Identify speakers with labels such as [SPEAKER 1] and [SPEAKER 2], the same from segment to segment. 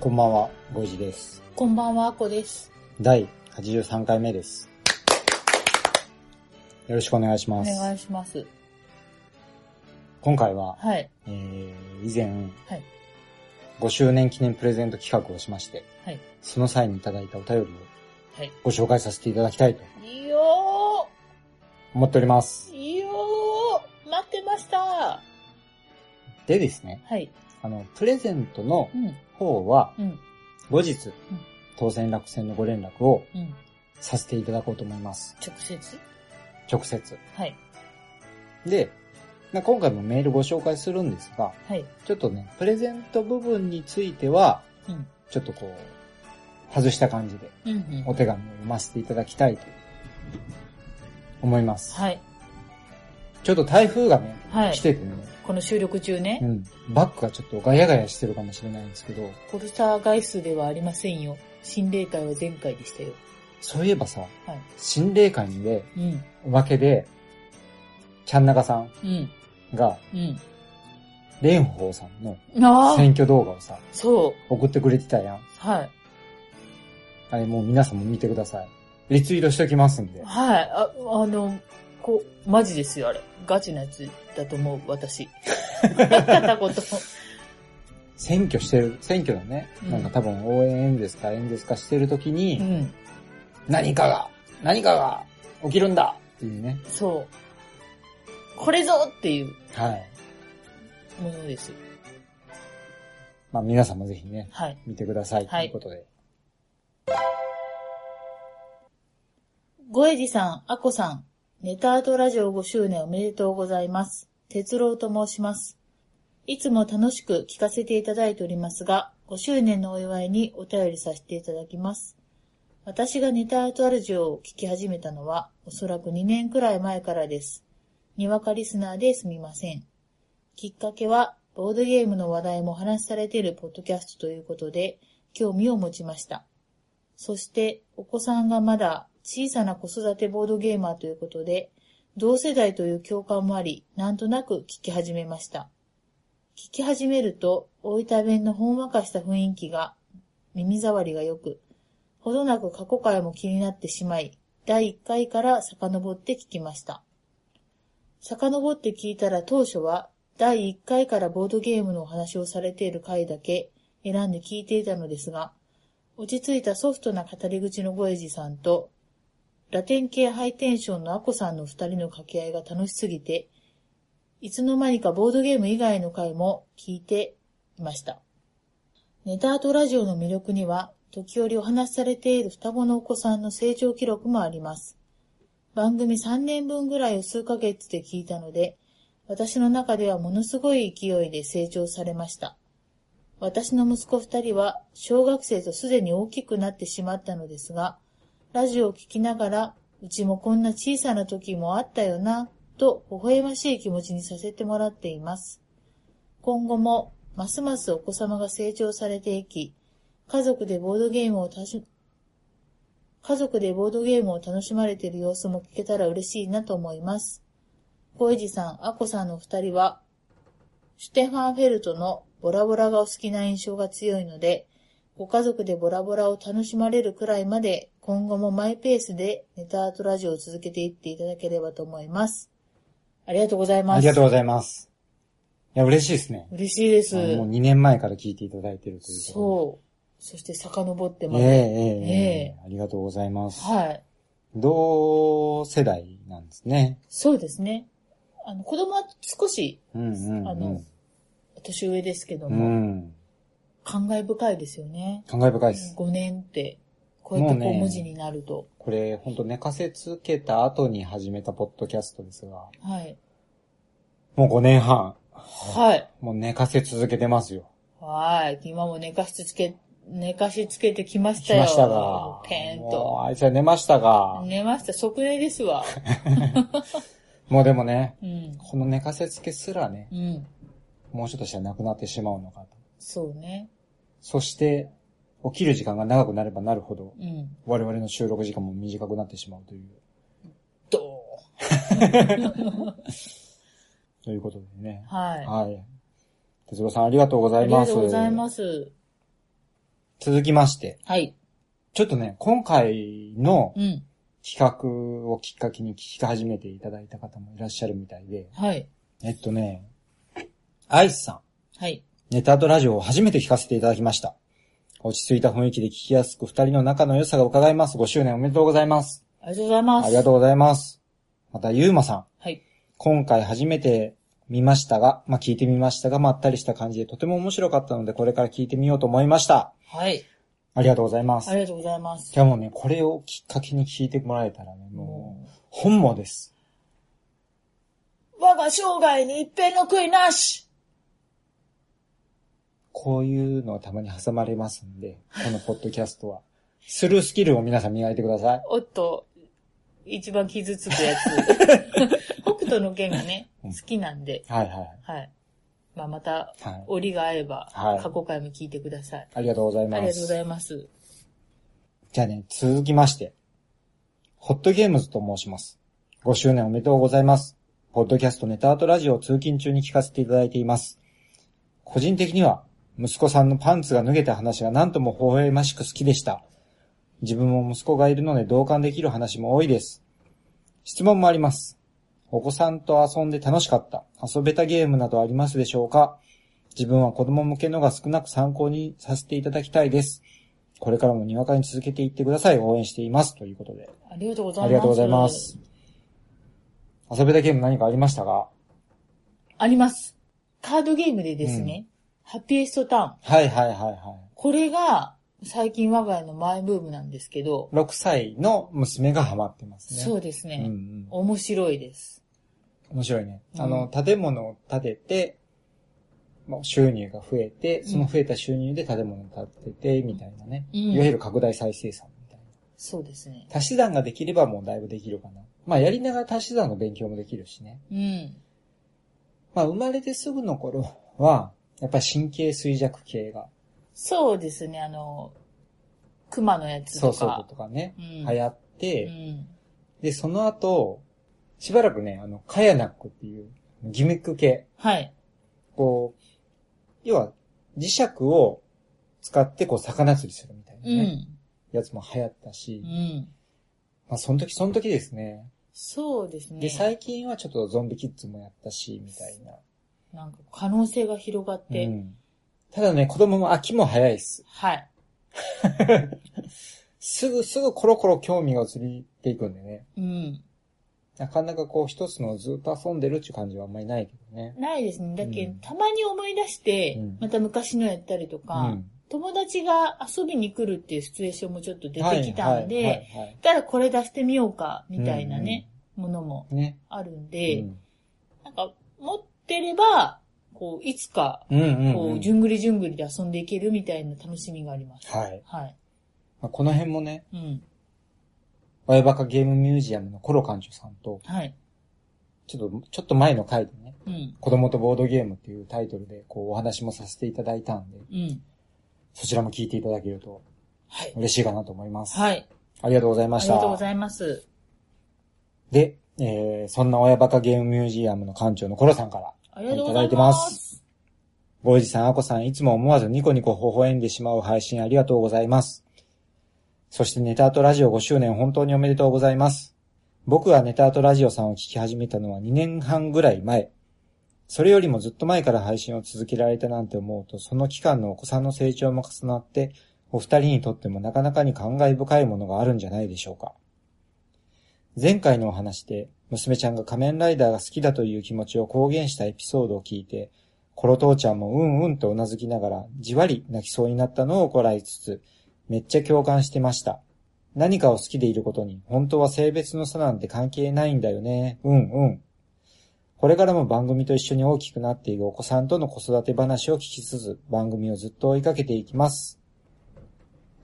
[SPEAKER 1] こんばんは、ゴジです。
[SPEAKER 2] こんばんはあこです
[SPEAKER 1] 第83回目です。よろしくお願いし
[SPEAKER 2] お
[SPEAKER 1] ます。
[SPEAKER 2] 願いします
[SPEAKER 1] 今回は、
[SPEAKER 2] はい
[SPEAKER 1] えー、以前、
[SPEAKER 2] はい
[SPEAKER 1] 5周年記念プレゼント企画をしまして、
[SPEAKER 2] はい
[SPEAKER 1] その際にいただいたお便りを
[SPEAKER 2] はい
[SPEAKER 1] ご紹介させていただきたいと
[SPEAKER 2] いいよ
[SPEAKER 1] 思っております
[SPEAKER 2] ー。いいよー待ってましたは
[SPEAKER 1] でですね、
[SPEAKER 2] い
[SPEAKER 1] あの、プレゼントの
[SPEAKER 2] うん
[SPEAKER 1] 方は、
[SPEAKER 2] うん
[SPEAKER 1] 後日、当選落選のご連絡を
[SPEAKER 2] うん
[SPEAKER 1] させていただこうと思います。
[SPEAKER 2] 直接
[SPEAKER 1] 直接。
[SPEAKER 2] はい
[SPEAKER 1] で、まあ今回もメールご紹介するんですが、
[SPEAKER 2] はい
[SPEAKER 1] ちょっとね、プレゼント部分については、
[SPEAKER 2] うん
[SPEAKER 1] ちょっとこう、外した感じで
[SPEAKER 2] うんう
[SPEAKER 1] お
[SPEAKER 2] ん
[SPEAKER 1] 手紙を読ませていただきたいと思います。
[SPEAKER 2] はい
[SPEAKER 1] ちょっと台風がね、
[SPEAKER 2] はい
[SPEAKER 1] 来ててね、
[SPEAKER 2] この収録中ね、
[SPEAKER 1] うん、バックがちょっとガヤガヤしてるかもしれないんですけど、
[SPEAKER 2] コルサー外出ではありませんよ。心霊会は前回でしたよ。
[SPEAKER 1] そういえばさ、
[SPEAKER 2] はい
[SPEAKER 1] 心霊会で、
[SPEAKER 2] うん、
[SPEAKER 1] おまけで、ちゃんなかさん
[SPEAKER 2] うん、
[SPEAKER 1] が、
[SPEAKER 2] うん。
[SPEAKER 1] 蓮舫さんの
[SPEAKER 2] ああ
[SPEAKER 1] 選挙動画をさ、
[SPEAKER 2] そう。
[SPEAKER 1] 送ってくれてたやん。
[SPEAKER 2] はい。
[SPEAKER 1] あれもう皆さんも見てください。リツイートしときますんで。
[SPEAKER 2] はい。あ、あの、こう、マジですよ、あれ。ガチなやつだと思う、 私。片言。
[SPEAKER 1] 選挙してる、選挙のね、
[SPEAKER 2] うん
[SPEAKER 1] なんか多分応援演説か演説かしてる時に、
[SPEAKER 2] うん、
[SPEAKER 1] 何かが、何かが起きるんだっていうね。
[SPEAKER 2] そう。これぞっていう
[SPEAKER 1] はい。
[SPEAKER 2] ものです。
[SPEAKER 1] まあ皆さんもぜひね、
[SPEAKER 2] はい。
[SPEAKER 1] 見てくださいと
[SPEAKER 2] はい
[SPEAKER 1] いうことで。
[SPEAKER 2] ごえじさん、あこさん、ネタアートラジオ5周年おめでとうございます。哲郎と申します。いつも楽しく聞かせていただいておりますが、5周年のお祝いにお便りさせていただきます。私がネタアートラジオを聞き始めたのは、おそらく2年くらい前からです。にわかリスナーですみません。きっかけは、ボードゲームの話題もお話しされているポッドキャストということで、興味を持ちました。そして、お子さんがまだ小さな子育てボードゲーマーということで、同世代という共感もあり、なんとなく聞き始めました。聞き始めると、大分弁のほんわかした雰囲気が、耳障りが良く、ほどなく過去回も気になってしまい、第1回から遡って聞きました。遡って聞いたら当初は、第1回からボードゲームのお話をされている回だけ選んで聞いていたのですが、落ち着いたソフトな語り口のゴエジさんと、ラテン系ハイテンションのアコさんの二人の掛け合いが楽しすぎて、いつの間にかボードゲーム以外の回も聞いていました。ネタアートラジオの魅力には、時折お話しされている双子のお子さんの成長記録もあります。番組3年分ぐらいを数ヶ月で聞いたので、私の中ではものすごい勢いで成長されました。私の息子二人は小学生とすでに大きくなってしまったのですが、ラジオを聞きながら、うちもこんな小さな時もあったよな、と微笑ましい気持ちにさせてもらっています。今後も、ますますお子様が成長されていき、家族でボードゲームを楽し、家族でボードゲームを楽しまれている様子も聞けたら嬉しいなと思います。小ジさん、アコさんの二人は、シュテファンフェルトのボラボラがお好きな印象が強いので、ご家族でボラボラを楽しまれるくらいまで、今後もマイペースでネタアートラジオを続けていっていただければと思います。ありがとうございます。
[SPEAKER 1] ありがとうございます。いや、嬉しいですね。
[SPEAKER 2] 嬉しいです。
[SPEAKER 1] あのもう2年前から聞いていただいてるという
[SPEAKER 2] そ
[SPEAKER 1] こ
[SPEAKER 2] う。そして遡って
[SPEAKER 1] と
[SPEAKER 2] ま
[SPEAKER 1] で。え
[SPEAKER 2] で。
[SPEAKER 1] えええ
[SPEAKER 2] え
[SPEAKER 1] ええありがとうございます。
[SPEAKER 2] はい。
[SPEAKER 1] 同世代なんですね。
[SPEAKER 2] そうですね。あの、子供は少し
[SPEAKER 1] うんうん、うん。
[SPEAKER 2] あの年上ですけど
[SPEAKER 1] う
[SPEAKER 2] も、
[SPEAKER 1] ん。
[SPEAKER 2] 感慨深いですよね。
[SPEAKER 1] 感慨深いです。
[SPEAKER 2] 5年って、こうやって
[SPEAKER 1] もう
[SPEAKER 2] こう
[SPEAKER 1] ね
[SPEAKER 2] 文字になると。
[SPEAKER 1] これ、ほんと寝かせつけた後に始めたポッドキャストですが、
[SPEAKER 2] はい。
[SPEAKER 1] もう5年半、
[SPEAKER 2] はい。
[SPEAKER 1] もう寝かせ続けてますよ。
[SPEAKER 2] あはい。今も寝かしつけ、寝かしつけてきました
[SPEAKER 1] 来
[SPEAKER 2] よ。
[SPEAKER 1] ましたが。
[SPEAKER 2] ペーン
[SPEAKER 1] も
[SPEAKER 2] と。
[SPEAKER 1] う、あいつは寝ましたが。
[SPEAKER 2] 寝ました。即寝ですわ。
[SPEAKER 1] もうでもね、
[SPEAKER 2] うん。
[SPEAKER 1] この寝かせつけすらね、
[SPEAKER 2] うん。
[SPEAKER 1] もうちょっとしたらなくなってしまうのかと。
[SPEAKER 2] そうね。
[SPEAKER 1] そして、起きる時間が長くなればなるほど、
[SPEAKER 2] うん。
[SPEAKER 1] 我々の収録時間も短くなってしまうという、
[SPEAKER 2] ど
[SPEAKER 1] ということでね
[SPEAKER 2] う。。はい。
[SPEAKER 1] はい。哲郎さんありがとうござ
[SPEAKER 2] あ
[SPEAKER 1] い
[SPEAKER 2] りが
[SPEAKER 1] ます。
[SPEAKER 2] とうございます。
[SPEAKER 1] 続きまして、
[SPEAKER 2] はい。
[SPEAKER 1] ちょっとね、今回の
[SPEAKER 2] うん。
[SPEAKER 1] 企画をきっかけに聞き始めていただいた方もいらっしゃるみたいで、
[SPEAKER 2] はい。
[SPEAKER 1] えっとね、アイスさん、
[SPEAKER 2] はい。
[SPEAKER 1] ネタとラジオを初めて聞かせていただきました。落ち着いた雰囲気で聞きやすく、二人の仲の良さが伺えます。5周年おめでとうございます。
[SPEAKER 2] ありがとうございます。
[SPEAKER 1] ありがとうございます。また、ゆうまさん。
[SPEAKER 2] はい。
[SPEAKER 1] 今回初めて見ましたが、まあ、聞いてみましたが、まったりした感じでとても面白かったので、これから聞いてみようと思いました。
[SPEAKER 2] はい。
[SPEAKER 1] ありがとうございます。
[SPEAKER 2] あ
[SPEAKER 1] い
[SPEAKER 2] りがとうございます。
[SPEAKER 1] やもうね、これをきっかけに聞いてもらえたらね、もう、本望です。
[SPEAKER 2] 我が生涯に一遍の悔いなし
[SPEAKER 1] こういうのはたまに挟まれますんで、このポッドキャストは。スルースキルを皆さん磨いてください。
[SPEAKER 2] おっと、一番傷つくやつ。 北斗の剣がね、好
[SPEAKER 1] うん
[SPEAKER 2] きなんで、
[SPEAKER 1] はいはい。
[SPEAKER 2] はい。まあ、また、
[SPEAKER 1] はい。
[SPEAKER 2] 折が合えば、
[SPEAKER 1] はい
[SPEAKER 2] 過去回も聞いてください。
[SPEAKER 1] ありがとうございます。
[SPEAKER 2] ありがとうございます。
[SPEAKER 1] じゃあね、続きまして。ホットゲームズと申します。5周年おめでとうございます。ポッドキャストネタアートラジオを通勤中に聞かせていただいています。個人的には、息子さんのパンツが脱げた話が何とも微笑ましく好きでした。自分も息子がいるので同感できる話も多いです。質問もあります。お子さんと遊んで楽しかった、遊べたゲームなどありますでしょうか自分は子供向けのが少なく参考にさせていただきたいです。これからもにわかに続けていってください。応援しています。ということで。
[SPEAKER 2] ありがとうございます。
[SPEAKER 1] ありがとうございま。す。遊べたゲーム何かありましたか
[SPEAKER 2] あります。カードゲームでですね、ハッピーエストターン。
[SPEAKER 1] はいはいはいは
[SPEAKER 2] これが、最近我が家のマイブームなんですけど、
[SPEAKER 1] い。6歳の娘がハマってますね。
[SPEAKER 2] そううです
[SPEAKER 1] んう
[SPEAKER 2] ね、
[SPEAKER 1] ん。
[SPEAKER 2] 面白いです。
[SPEAKER 1] 面白いね。
[SPEAKER 2] うん
[SPEAKER 1] あの、建物を建てて、まあ収入が増えて、その増えた収入で建物を建てて、みたいなね。
[SPEAKER 2] うん
[SPEAKER 1] いわゆる拡大再生産みたい
[SPEAKER 2] そうですね。
[SPEAKER 1] な。足し算ができればもうだいぶできるかな。まあやりながら足し算の勉強もできるしね。
[SPEAKER 2] うん。
[SPEAKER 1] まあ、生まれてすぐの頃は、やっぱり神経衰弱系が、
[SPEAKER 2] そうですね、あの、熊のやつ
[SPEAKER 1] そ
[SPEAKER 2] と
[SPEAKER 1] うそう
[SPEAKER 2] か。
[SPEAKER 1] とかね、
[SPEAKER 2] うん。
[SPEAKER 1] 流行っ
[SPEAKER 2] う
[SPEAKER 1] て、
[SPEAKER 2] ん。
[SPEAKER 1] で、その後、しばらくね、あの、カヤナックっていう、ギミック系、
[SPEAKER 2] はい。
[SPEAKER 1] こう、要は、磁石を使って、こう、魚釣りするみたいな
[SPEAKER 2] う
[SPEAKER 1] ね、
[SPEAKER 2] ん。
[SPEAKER 1] やつも流行ったし
[SPEAKER 2] う、ん。
[SPEAKER 1] まあ、その時、その時ですね。
[SPEAKER 2] そうですね。
[SPEAKER 1] で、最近はちょっとゾンビキッズもやったし、みたいな。
[SPEAKER 2] なんか可能性が広がっ
[SPEAKER 1] う
[SPEAKER 2] て、
[SPEAKER 1] ん。ただね、子供も飽きも早いっす。
[SPEAKER 2] はい。
[SPEAKER 1] すぐすぐコロコロ興味が移りていくんでね。
[SPEAKER 2] うん。
[SPEAKER 1] なかなかこう一つのをずっと遊んでるっていう感じはあんまりないけどね。
[SPEAKER 2] ないですね。だけど、
[SPEAKER 1] うん
[SPEAKER 2] たまに思い出して、
[SPEAKER 1] うん
[SPEAKER 2] また昔のやったりとか、
[SPEAKER 1] うん
[SPEAKER 2] 友達が遊びに来るっていうシチュエーションもちょっと出てきたんで、
[SPEAKER 1] はいはいはいはい
[SPEAKER 2] ただこれ出してみようか、みたいなね、ものも
[SPEAKER 1] うんうん。ね。
[SPEAKER 2] あるん
[SPEAKER 1] う
[SPEAKER 2] で、
[SPEAKER 1] ん。
[SPEAKER 2] なんか持ってれば、こう、いつか、
[SPEAKER 1] うんうん
[SPEAKER 2] こ
[SPEAKER 1] う
[SPEAKER 2] う、
[SPEAKER 1] ん
[SPEAKER 2] じゅんぐりじゅんぐりで遊んでいけるみたいな楽しみがあります。
[SPEAKER 1] はい。
[SPEAKER 2] はい。
[SPEAKER 1] まあ、この辺もね、
[SPEAKER 2] うん。
[SPEAKER 1] ワイバカゲームミュージアムのコロ館長さんと、
[SPEAKER 2] はい。
[SPEAKER 1] ちょっと、ちょっと前の回でね、
[SPEAKER 2] うん。
[SPEAKER 1] 子供とボードゲームっていうタイトルでこうお話もさせていただいたんで、
[SPEAKER 2] うん。
[SPEAKER 1] そちらも聞いていただけると
[SPEAKER 2] はい。
[SPEAKER 1] 嬉しいかなと思います。い。
[SPEAKER 2] はい。
[SPEAKER 1] ありがとうございま
[SPEAKER 2] あ
[SPEAKER 1] し
[SPEAKER 2] り
[SPEAKER 1] た。
[SPEAKER 2] がとうございます。
[SPEAKER 1] で、えー、そんな親バカゲームミュージアムの館長のコロさんから、
[SPEAKER 2] ありがとうござい
[SPEAKER 1] いただいて
[SPEAKER 2] ま
[SPEAKER 1] ますす。ボイジさん、アコさん、いつも思わずニコニコ微笑んでしまう配信ありがとうございます。そしてネタアートラジオ5周年本当におめでとうございます。僕がネタアートラジオさんを聞き始めたのは2年半ぐらい前。それよりもずっと前から配信を続けられたなんて思うと、その期間のお子さんの成長も重なって、お二人にとってもなかなかに感慨深いものがあるんじゃないでしょうか。前回のお話で、娘ちゃんが仮面ライダーが好きだという気持ちを公言したエピソードを聞いて、コロ父ちゃんもうんうんとうなずきながら、じわり泣きそうになったのをこらえつつ、めっちゃ共感してました。何かを好きでいることに、本当は性別の差なんて関係ないんだよね。うんうん。これからも番組と一緒に大きくなっているお子さんとの子育て話を聞きつつ、番組をずっと追いかけていきます。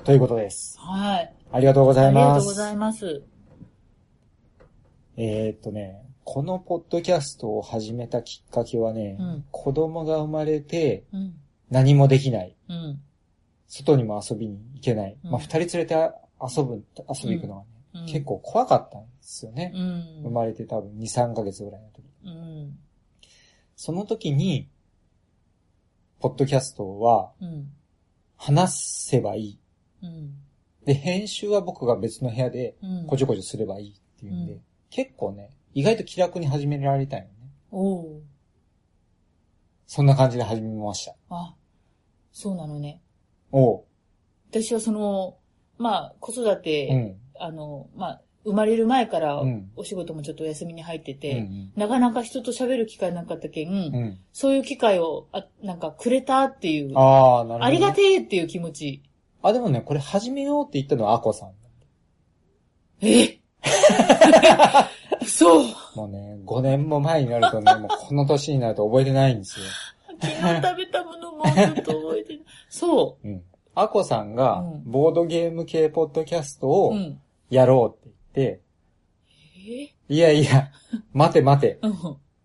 [SPEAKER 1] ということです。
[SPEAKER 2] はい。
[SPEAKER 1] ありがとうござ
[SPEAKER 2] あり
[SPEAKER 1] い
[SPEAKER 2] が
[SPEAKER 1] ま
[SPEAKER 2] とう
[SPEAKER 1] す。
[SPEAKER 2] ございます。
[SPEAKER 1] えーっとね、このポッドキャストを始めたきっかけはね、
[SPEAKER 2] うん。
[SPEAKER 1] 子供が生まれて
[SPEAKER 2] うん。
[SPEAKER 1] 何もできない。
[SPEAKER 2] うん。
[SPEAKER 1] 外にも遊びに行けない。
[SPEAKER 2] うん
[SPEAKER 1] まあ、二人連れて遊ぶ、遊び行くのはね、
[SPEAKER 2] うん
[SPEAKER 1] 結。構怖かったんですよね。
[SPEAKER 2] うん。
[SPEAKER 1] 生まれて多分2、3ヶ月ぐらいの時。
[SPEAKER 2] うん。
[SPEAKER 1] その時に、ポッドキャストは
[SPEAKER 2] うん。
[SPEAKER 1] 話せばいい。
[SPEAKER 2] うん。
[SPEAKER 1] で、編集は僕が別の部屋で
[SPEAKER 2] うん。
[SPEAKER 1] こちょこちょすればいいっていうんで、
[SPEAKER 2] うん
[SPEAKER 1] 結構ね、意外と気楽に始められたんよね。
[SPEAKER 2] おう
[SPEAKER 1] そんな感じで始めました。
[SPEAKER 2] あ、そうなのね。
[SPEAKER 1] おう。
[SPEAKER 2] 私はその、まあ、子育て、
[SPEAKER 1] うん。
[SPEAKER 2] あの、まあ、生まれる前から
[SPEAKER 1] うん
[SPEAKER 2] お仕事もちょっとお休みに入って
[SPEAKER 1] う
[SPEAKER 2] て、
[SPEAKER 1] ん。
[SPEAKER 2] なかなか人と喋る機会なかったけん、
[SPEAKER 1] うん。
[SPEAKER 2] そういう機会を、あなんかくれたっていう、あ
[SPEAKER 1] ああ、なるほど、
[SPEAKER 2] りがてえっていう気持 ち。
[SPEAKER 1] あ、でもね、これ始めようって言ったのはアコさん。
[SPEAKER 2] え そう
[SPEAKER 1] もうね、5年も前にな るとね、もうこの年になると覚えてないんですよ。
[SPEAKER 2] 昨日食べたものもずっと覚えてない。そ
[SPEAKER 1] うん。アコさん
[SPEAKER 2] う
[SPEAKER 1] が
[SPEAKER 2] ん、
[SPEAKER 1] ボードゲーム系ポッドキャスト
[SPEAKER 2] う。う
[SPEAKER 1] を
[SPEAKER 2] ん。
[SPEAKER 1] やろうって言って、
[SPEAKER 2] え
[SPEAKER 1] いやいや、 待て待て、
[SPEAKER 2] うん。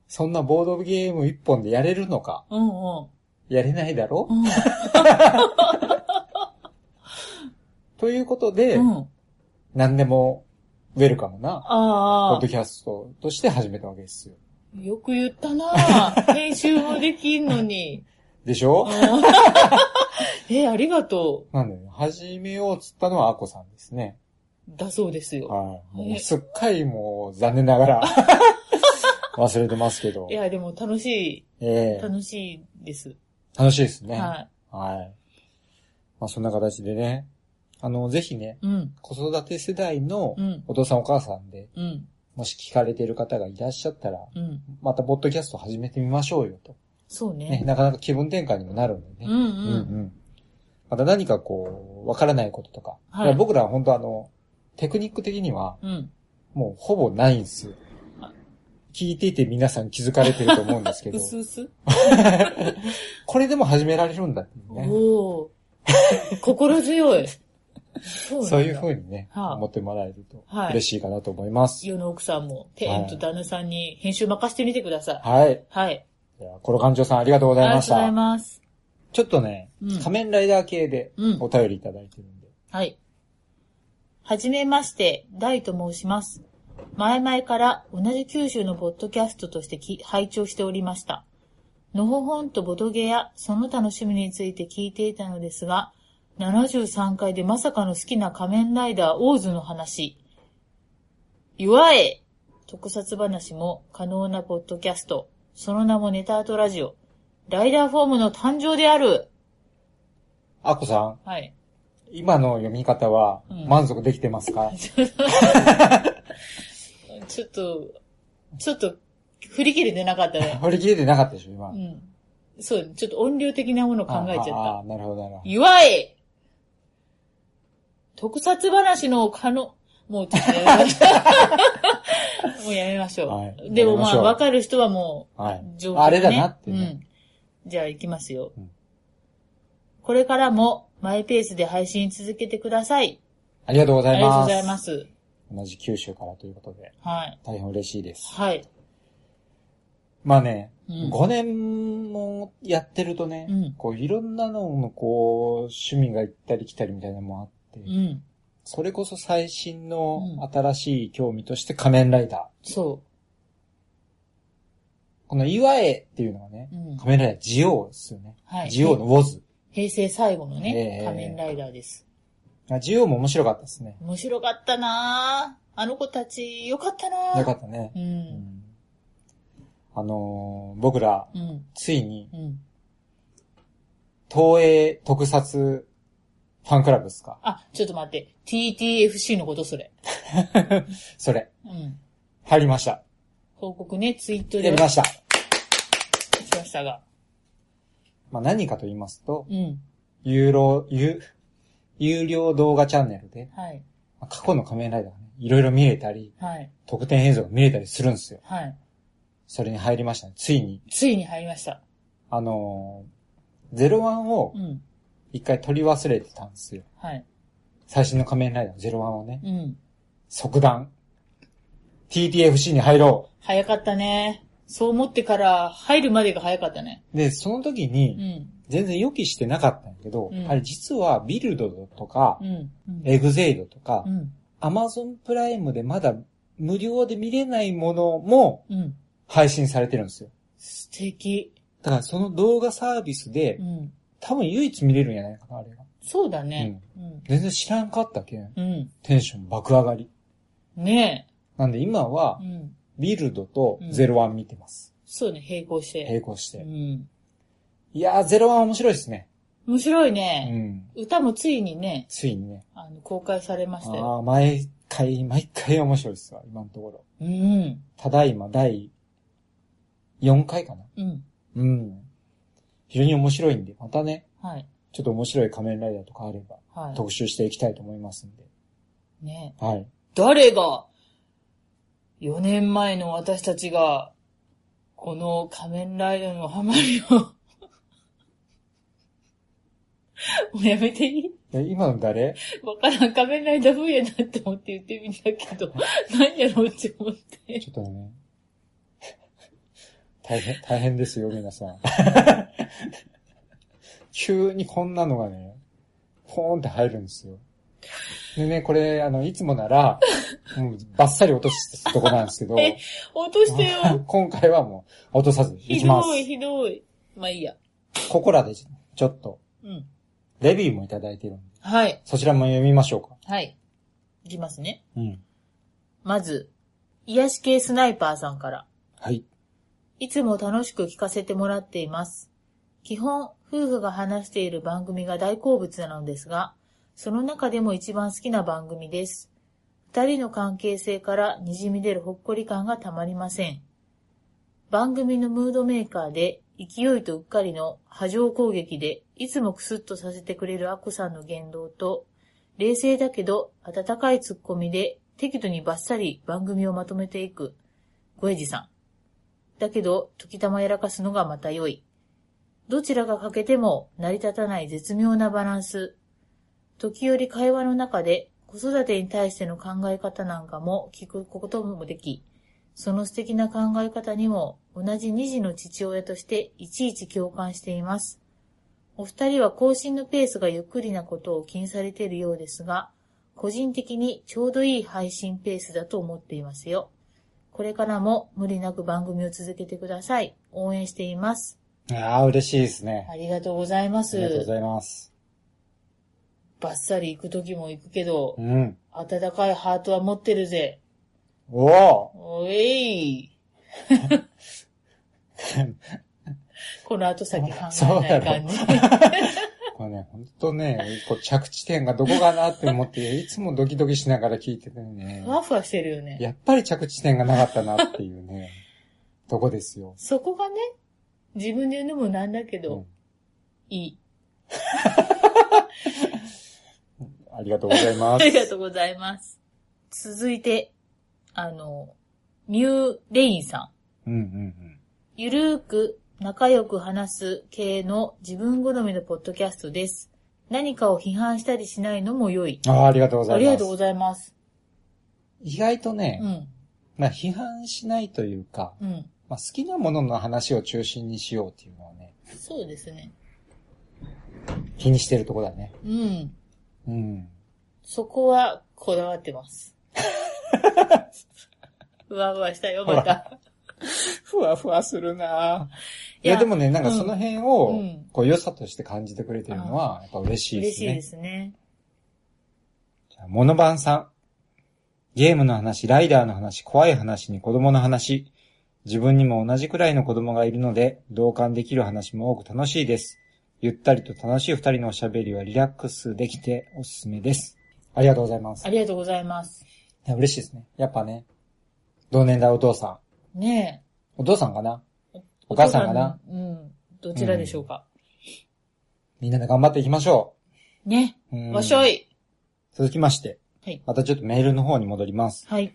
[SPEAKER 1] そんなボードゲーム一本でやれるのか
[SPEAKER 2] うんうん。
[SPEAKER 1] やれないだろ、
[SPEAKER 2] うん。
[SPEAKER 1] ということで、
[SPEAKER 2] うん。
[SPEAKER 1] 何でもウェルカムな、ポ
[SPEAKER 2] あ
[SPEAKER 1] ッドキャストとして始めたわけですよ。
[SPEAKER 2] あ。よく言った なぁ編集もできんのに。
[SPEAKER 1] でし ょ、
[SPEAKER 2] え、ありがと
[SPEAKER 1] なんだよね。始めようっつったのはアコさんですね。
[SPEAKER 2] う。だそうですよ。
[SPEAKER 1] はい。も
[SPEAKER 2] ね
[SPEAKER 1] うすっかりもう残念なが ら忘れてますけど
[SPEAKER 2] い。や、でも楽しい、
[SPEAKER 1] ええ
[SPEAKER 2] 楽しいです。
[SPEAKER 1] 楽しいですね。は。
[SPEAKER 2] はい
[SPEAKER 1] まあそんな形でね、あの、ぜひね、
[SPEAKER 2] い。うん、
[SPEAKER 1] 子育て世代の
[SPEAKER 2] うん、
[SPEAKER 1] お父さんお母さんで、
[SPEAKER 2] うん、
[SPEAKER 1] もし聞かれてる方がいらっしゃったら、
[SPEAKER 2] うん。
[SPEAKER 1] またポッドキャスト始めてみましょうよと。
[SPEAKER 2] そう
[SPEAKER 1] ね、
[SPEAKER 2] ね。
[SPEAKER 1] なかなか気分転換にもなるんで
[SPEAKER 2] うん、
[SPEAKER 1] ね。
[SPEAKER 2] う。
[SPEAKER 1] うんん。また何かこう、わからないこととか。
[SPEAKER 2] はい
[SPEAKER 1] いや僕らは本当あの、テクニック的には、
[SPEAKER 2] うん。
[SPEAKER 1] もうほぼないんですよ
[SPEAKER 2] あ。
[SPEAKER 1] 聞いていて皆さん気づかれてると思うんですけ ど
[SPEAKER 2] う、すうす
[SPEAKER 1] これでも始められるんだっていうね。
[SPEAKER 2] おお。 心強い。そ
[SPEAKER 1] そういう
[SPEAKER 2] ふう
[SPEAKER 1] ふ
[SPEAKER 2] に。
[SPEAKER 1] うにね、
[SPEAKER 2] はい
[SPEAKER 1] 思ってもらえると
[SPEAKER 2] はい
[SPEAKER 1] 嬉しいかなと思います。
[SPEAKER 2] 世の奥さんも、ペンと旦那さんに編集任せてみてください。
[SPEAKER 1] はい。
[SPEAKER 2] はい。
[SPEAKER 1] じゃあ、コロ館長さんありがとうご
[SPEAKER 2] あり
[SPEAKER 1] ざい
[SPEAKER 2] がと
[SPEAKER 1] ま
[SPEAKER 2] う
[SPEAKER 1] し
[SPEAKER 2] ござい
[SPEAKER 1] た。
[SPEAKER 2] ます。
[SPEAKER 1] ちょっとね、
[SPEAKER 2] うん
[SPEAKER 1] 仮面ライダー系で
[SPEAKER 2] うん
[SPEAKER 1] お便りいただいてるんで。
[SPEAKER 2] はい。はじめまして、大と申します。前々から同じ九州のポッドキャストとしてき拝聴しておりました。のほほんとボドゲやその他の趣味について聞いていたのですが、73回でまさかの好きな仮面ライダーオーズの話。いわえ特撮話も可能なポッドキャスト、その名もネタアートラジオ、ライダーフォームの誕生である
[SPEAKER 1] あこさん、
[SPEAKER 2] はい。
[SPEAKER 1] 今の読み方は
[SPEAKER 2] うん
[SPEAKER 1] 満足できてますか、
[SPEAKER 2] ちょっと、ちょっと、振り切れてなかったね。
[SPEAKER 1] 振り切れてなかったでしょ、今。
[SPEAKER 2] うん。そう、ちょっと音量的なものを考えち
[SPEAKER 1] ああ
[SPEAKER 2] ゃっ
[SPEAKER 1] あ、なるほど、なる
[SPEAKER 2] た。
[SPEAKER 1] ほ
[SPEAKER 2] いわえ特撮話の可能、もうちょっとやめましょう。も うやめましょう。
[SPEAKER 1] はい
[SPEAKER 2] でもま
[SPEAKER 1] やめまし
[SPEAKER 2] あ、
[SPEAKER 1] ょう
[SPEAKER 2] わかる人はもう、
[SPEAKER 1] ど。はい。
[SPEAKER 2] 状況、ね、
[SPEAKER 1] あれだなってね。
[SPEAKER 2] うん。じゃあ行きますよ、
[SPEAKER 1] うん
[SPEAKER 2] これからもマイペースで配信続けてください。
[SPEAKER 1] ありがとうご
[SPEAKER 2] あ
[SPEAKER 1] ざ
[SPEAKER 2] り
[SPEAKER 1] い
[SPEAKER 2] がとう
[SPEAKER 1] ま
[SPEAKER 2] ご
[SPEAKER 1] す。
[SPEAKER 2] ざいます。
[SPEAKER 1] 同じ九州からということで、
[SPEAKER 2] はい。
[SPEAKER 1] 大変嬉しいです。
[SPEAKER 2] はい。
[SPEAKER 1] まあね、
[SPEAKER 2] うん
[SPEAKER 1] 5年もやってるとね、
[SPEAKER 2] うん
[SPEAKER 1] こういろんなののこう、趣味が行ったり来たりみたいなのもあって、
[SPEAKER 2] うん。
[SPEAKER 1] それこそ最新
[SPEAKER 2] う
[SPEAKER 1] の
[SPEAKER 2] ん
[SPEAKER 1] 新しい興味として仮面ライダー。
[SPEAKER 2] そ
[SPEAKER 1] この岩絵っていうのはね
[SPEAKER 2] う。、うん。
[SPEAKER 1] 仮面ライダージオウですよね。
[SPEAKER 2] はい。
[SPEAKER 1] ジオウのウォズ。
[SPEAKER 2] 平成最後のね、
[SPEAKER 1] ええ
[SPEAKER 2] 仮面ライダーです。
[SPEAKER 1] あジオウも面白かったですね。
[SPEAKER 2] 面白かったなぁ。あの子たち、よかったなぁ。
[SPEAKER 1] よかったね。
[SPEAKER 2] う。
[SPEAKER 1] うんんあのー僕ら、
[SPEAKER 2] うん。
[SPEAKER 1] ついに、
[SPEAKER 2] うん。
[SPEAKER 1] 東映特撮ファンクラブですか
[SPEAKER 2] あ、ちょっと待って。TTFC のことそれ。
[SPEAKER 1] それ、
[SPEAKER 2] うん。
[SPEAKER 1] 入りました。
[SPEAKER 2] 報告ね、ツイート
[SPEAKER 1] や
[SPEAKER 2] で
[SPEAKER 1] りました。
[SPEAKER 2] しましたが。
[SPEAKER 1] まあ何かと言いますと、
[SPEAKER 2] うん。
[SPEAKER 1] 有料、有、有料動画チャンネルで、
[SPEAKER 2] はい。
[SPEAKER 1] まあ過去の仮面ライダーがね、いろいろ見れたり、
[SPEAKER 2] はい。
[SPEAKER 1] 特典映像が見れたりするんですよ。
[SPEAKER 2] はい。
[SPEAKER 1] それに入りましたね。ついに。
[SPEAKER 2] ついに入りました。
[SPEAKER 1] あのー、01を
[SPEAKER 2] うん。
[SPEAKER 1] 一回取り忘れてたんですよ。
[SPEAKER 2] はい。
[SPEAKER 1] 最新の仮面ライダー01をね。
[SPEAKER 2] うん。
[SPEAKER 1] 即断。TTFC に入ろ
[SPEAKER 2] 早かったね。そう思ってから入るまでが早かったね。
[SPEAKER 1] う。で、その時
[SPEAKER 2] う
[SPEAKER 1] に、
[SPEAKER 2] ん。
[SPEAKER 1] 全然予期してなかったんだけど、
[SPEAKER 2] うん
[SPEAKER 1] あれ実はビルドとか
[SPEAKER 2] う、ん。うん
[SPEAKER 1] エグゼイドとか
[SPEAKER 2] う、ん。
[SPEAKER 1] アマゾンプライムでまだ無料で見れないものも
[SPEAKER 2] うん。
[SPEAKER 1] 配信されてるんですよ。
[SPEAKER 2] 素敵。
[SPEAKER 1] だからその動画サービスで
[SPEAKER 2] う、ん。
[SPEAKER 1] 多分唯一見れるんじゃないかな、あれが。
[SPEAKER 2] そうだね。うん。
[SPEAKER 1] 全然知らんかったけん。
[SPEAKER 2] うん。
[SPEAKER 1] テンション爆上がり。
[SPEAKER 2] ね
[SPEAKER 1] なんで今
[SPEAKER 2] え。
[SPEAKER 1] は
[SPEAKER 2] う、ん。
[SPEAKER 1] ビルドと
[SPEAKER 2] うん
[SPEAKER 1] ゼロワン見てます。
[SPEAKER 2] そうね、並行して。
[SPEAKER 1] 並行し
[SPEAKER 2] うん。
[SPEAKER 1] て。いやー、ゼロワン面白いですね。
[SPEAKER 2] 面白いうね。
[SPEAKER 1] ん。
[SPEAKER 2] 歌もついにね、
[SPEAKER 1] ついにね。
[SPEAKER 2] あの、公開されましたよ。
[SPEAKER 1] ああ、毎回、毎回面白いですわ、今のところ。
[SPEAKER 2] うん。
[SPEAKER 1] ただいま第4回かな。
[SPEAKER 2] うん。
[SPEAKER 1] うん。非常に面白いんで、またね、
[SPEAKER 2] はい。
[SPEAKER 1] ちょっと面白い仮面ライダーとかあれば、
[SPEAKER 2] は
[SPEAKER 1] 特集していきたいと思いますんで。
[SPEAKER 2] い。ねえ
[SPEAKER 1] はい。
[SPEAKER 2] 誰が、4年前の私たちが、この仮面ライダーのハマりを、 もうやめていい
[SPEAKER 1] え今の誰
[SPEAKER 2] わからん、仮面ライダー風やなって思って言ってみたけ ど、何やろうって思って。
[SPEAKER 1] ちょっとね。 大変、大変ですよ、皆さん。 急にこんなのがね、ポーンって入るんですよ。でね、これ、あの、いつもなら、もうバッサリ落とすとこなんですけど、
[SPEAKER 2] え落として よ。
[SPEAKER 1] 今回はもう落とさずい
[SPEAKER 2] ひ
[SPEAKER 1] きま
[SPEAKER 2] どい、
[SPEAKER 1] す。
[SPEAKER 2] ひどい。まあいいや。
[SPEAKER 1] ここらでちょっと、
[SPEAKER 2] うん。
[SPEAKER 1] レビューもいただいてるんで、
[SPEAKER 2] はい。
[SPEAKER 1] そちらも読みましょうか。
[SPEAKER 2] はい。いきますね。
[SPEAKER 1] うん。
[SPEAKER 2] まず、癒し系スナイパーさんから。
[SPEAKER 1] はい。
[SPEAKER 2] いつも楽しく聞かせてもらっています。基本、夫婦が話している番組が大好物なのですが、その中でも一番好きな番組です。二人の関係性から滲み出るほっこり感がたまりません。番組のムードメーカーで、勢いとうっかりの波状攻撃で、いつもクスッとさせてくれるアッコさんの言動と、冷静だけど温かいツッコミで、適度にバッサリ番組をまとめていく、ごえじさん。だけど、時たまやらかすのがまた良い。どちらが欠けても成り立たない絶妙なバランス。時折会話の中で子育てに対しての考え方なんかも聞くこともでき、その素敵な考え方にも同じ二児の父親としていちいち共感しています。お二人は更新のペースがゆっくりなことを気にされているようですが、個人的にちょうどいい配信ペースだと思っていますよ。これからも無理なく番組を続けてください。応援しています。
[SPEAKER 1] ああ、嬉しいですね。
[SPEAKER 2] ありがとうございま
[SPEAKER 1] ありがとうご
[SPEAKER 2] す。
[SPEAKER 1] ざいます。
[SPEAKER 2] バッサリ行く時も行くけど
[SPEAKER 1] う、ん。
[SPEAKER 2] 温かいハートは持ってるぜ。
[SPEAKER 1] おお
[SPEAKER 2] おい。 この後先考えない感じ。
[SPEAKER 1] これね、ほんとね、こう着地点がどこかなって思 って、いつもドキドキしながら聞いててね
[SPEAKER 2] ふ、わふわしてるよね。
[SPEAKER 1] やっぱり着地点がなかったなっていうね、 とこですよ。
[SPEAKER 2] そこがね、自分で言うのもなんだけど、
[SPEAKER 1] うん
[SPEAKER 2] いい。
[SPEAKER 1] ありがとうござい ま
[SPEAKER 2] あ
[SPEAKER 1] す。
[SPEAKER 2] りがとうございます。続いて、あの、ミューレインさん。
[SPEAKER 1] うんうん
[SPEAKER 2] ゆるーく仲良く話す系の自分好みのポッドキャストです。何かを批判したりしないのも良い。
[SPEAKER 1] うん。ああ、ありがとうござい
[SPEAKER 2] あり
[SPEAKER 1] ます。
[SPEAKER 2] がとうございます。
[SPEAKER 1] 意外とね、
[SPEAKER 2] うん、
[SPEAKER 1] まあ批判しないというか、
[SPEAKER 2] うん。
[SPEAKER 1] まあ好きなものの話を中心にしようっていうのはね、
[SPEAKER 2] そうですね。
[SPEAKER 1] 気にしてるとこだね。
[SPEAKER 2] うん。
[SPEAKER 1] うん。
[SPEAKER 2] そこはこだわって ます。うわうわしたよ、また。
[SPEAKER 1] ふわふわするなぁ
[SPEAKER 2] い
[SPEAKER 1] い
[SPEAKER 2] や
[SPEAKER 1] や、でもね、なんかその辺を、
[SPEAKER 2] うん
[SPEAKER 1] こう良さとして感じてくれてるのは、やっぱ嬉しいで
[SPEAKER 2] 嬉
[SPEAKER 1] す
[SPEAKER 2] しい
[SPEAKER 1] ね。
[SPEAKER 2] ですね。
[SPEAKER 1] モノバンさん。ゲームの話、ライダーの話、怖い話に子供の話。自分にも同じくらいの子供がいるので、同感できる話も多く楽しいです。ゆったりと楽しい二人のおしゃべりはリラックスできておすすめです。ありがとうございます。
[SPEAKER 2] あ
[SPEAKER 1] い
[SPEAKER 2] りがとうございます。
[SPEAKER 1] や嬉しいですね。やっぱね、同年代お父さ
[SPEAKER 2] ねえ。
[SPEAKER 1] ん。お父さんかなお母さんかな
[SPEAKER 2] お父のうん。どちらでしょうか。
[SPEAKER 1] みんなで頑張っていきましょ
[SPEAKER 2] ね。
[SPEAKER 1] う。うん
[SPEAKER 2] わしょい。
[SPEAKER 1] 続きまして、
[SPEAKER 2] はい。
[SPEAKER 1] またちょっとメールの方に戻ります。
[SPEAKER 2] はい。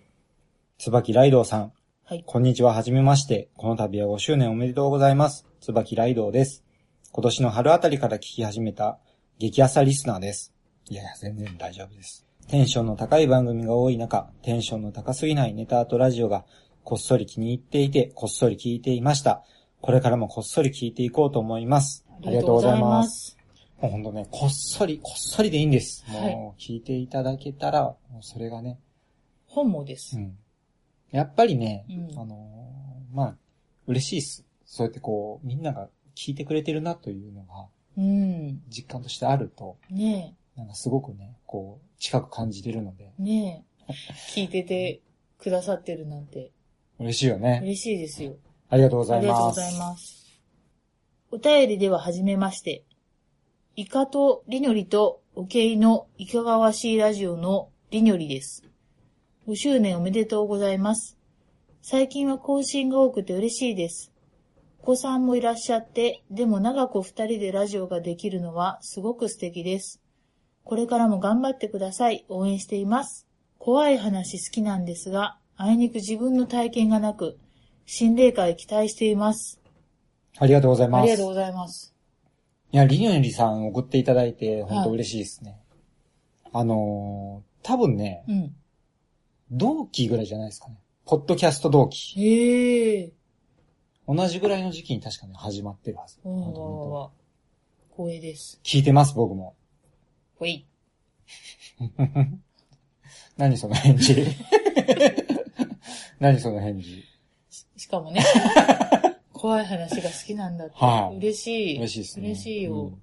[SPEAKER 1] 椿ライドウさん。
[SPEAKER 2] はい。
[SPEAKER 1] こんにちは、はじめまして。この度は5周年おめでとうございます。椿ライドウです。今年の春あたりから聞き始めた激朝リスナーです。いやいや、全然大丈夫です。テンションの高い番組が多い中、テンションの高すぎないネタとラジオがこっそり気に入っていて、こっそり聞いていました。これからもこっそり聞いていこうと思います。ありがとうございます。
[SPEAKER 2] す。
[SPEAKER 1] もうほんとね、こっそり、こっそりでいいんです。
[SPEAKER 2] はい
[SPEAKER 1] もう聞いていただけたら、もうそれがね、
[SPEAKER 2] 本望です
[SPEAKER 1] う。ん。やっぱりね、
[SPEAKER 2] うん
[SPEAKER 1] あのーまあ、嬉しいっす。そうやってこう、みんなが聞いてくれてるなというのが、
[SPEAKER 2] うん。
[SPEAKER 1] 実感としてあると、
[SPEAKER 2] ね
[SPEAKER 1] なんかすごくね、こう、近く感じてるので、
[SPEAKER 2] え、ねえ。聞いててくださってるなんて
[SPEAKER 1] 嬉しいよね。
[SPEAKER 2] 嬉しいですよ。
[SPEAKER 1] ありがとうござ
[SPEAKER 2] あ
[SPEAKER 1] い
[SPEAKER 2] りがとう
[SPEAKER 1] ま
[SPEAKER 2] ご
[SPEAKER 1] す。
[SPEAKER 2] ざいます。お便りでははじめまして。イカとりのりとおけいのいかがわしいラジオのりのりです。5周年おめでとうございます。最近は更新が多くて嬉しいです。お子さんもいらっしゃって、でも長く二人でラジオができるのはすごく素敵です。これからも頑張ってください。応援しています。怖い話好きなんですが、あいにく自分の体験がなく、心霊会期待しています。
[SPEAKER 1] ありがとうございます。
[SPEAKER 2] ありがとうございます。
[SPEAKER 1] いや、りのりさん送っていただいて、本当嬉しいですね。あのー多分ね、
[SPEAKER 2] うん。
[SPEAKER 1] 同期ぐらいじゃないですかね。ポッドキャスト同期。
[SPEAKER 2] へえ。
[SPEAKER 1] 同じぐらいの時期に確かね、始まってるはず。
[SPEAKER 2] お
[SPEAKER 1] 本当本
[SPEAKER 2] おー。光栄です。
[SPEAKER 1] 当聞いてます、僕も。
[SPEAKER 2] ほい。
[SPEAKER 1] 何その返事 何その返事
[SPEAKER 2] しかも ね、怖い話が好きなんだって。
[SPEAKER 1] はい
[SPEAKER 2] 嬉しい。
[SPEAKER 1] 嬉しいですね。
[SPEAKER 2] 嬉しいよ
[SPEAKER 1] うん。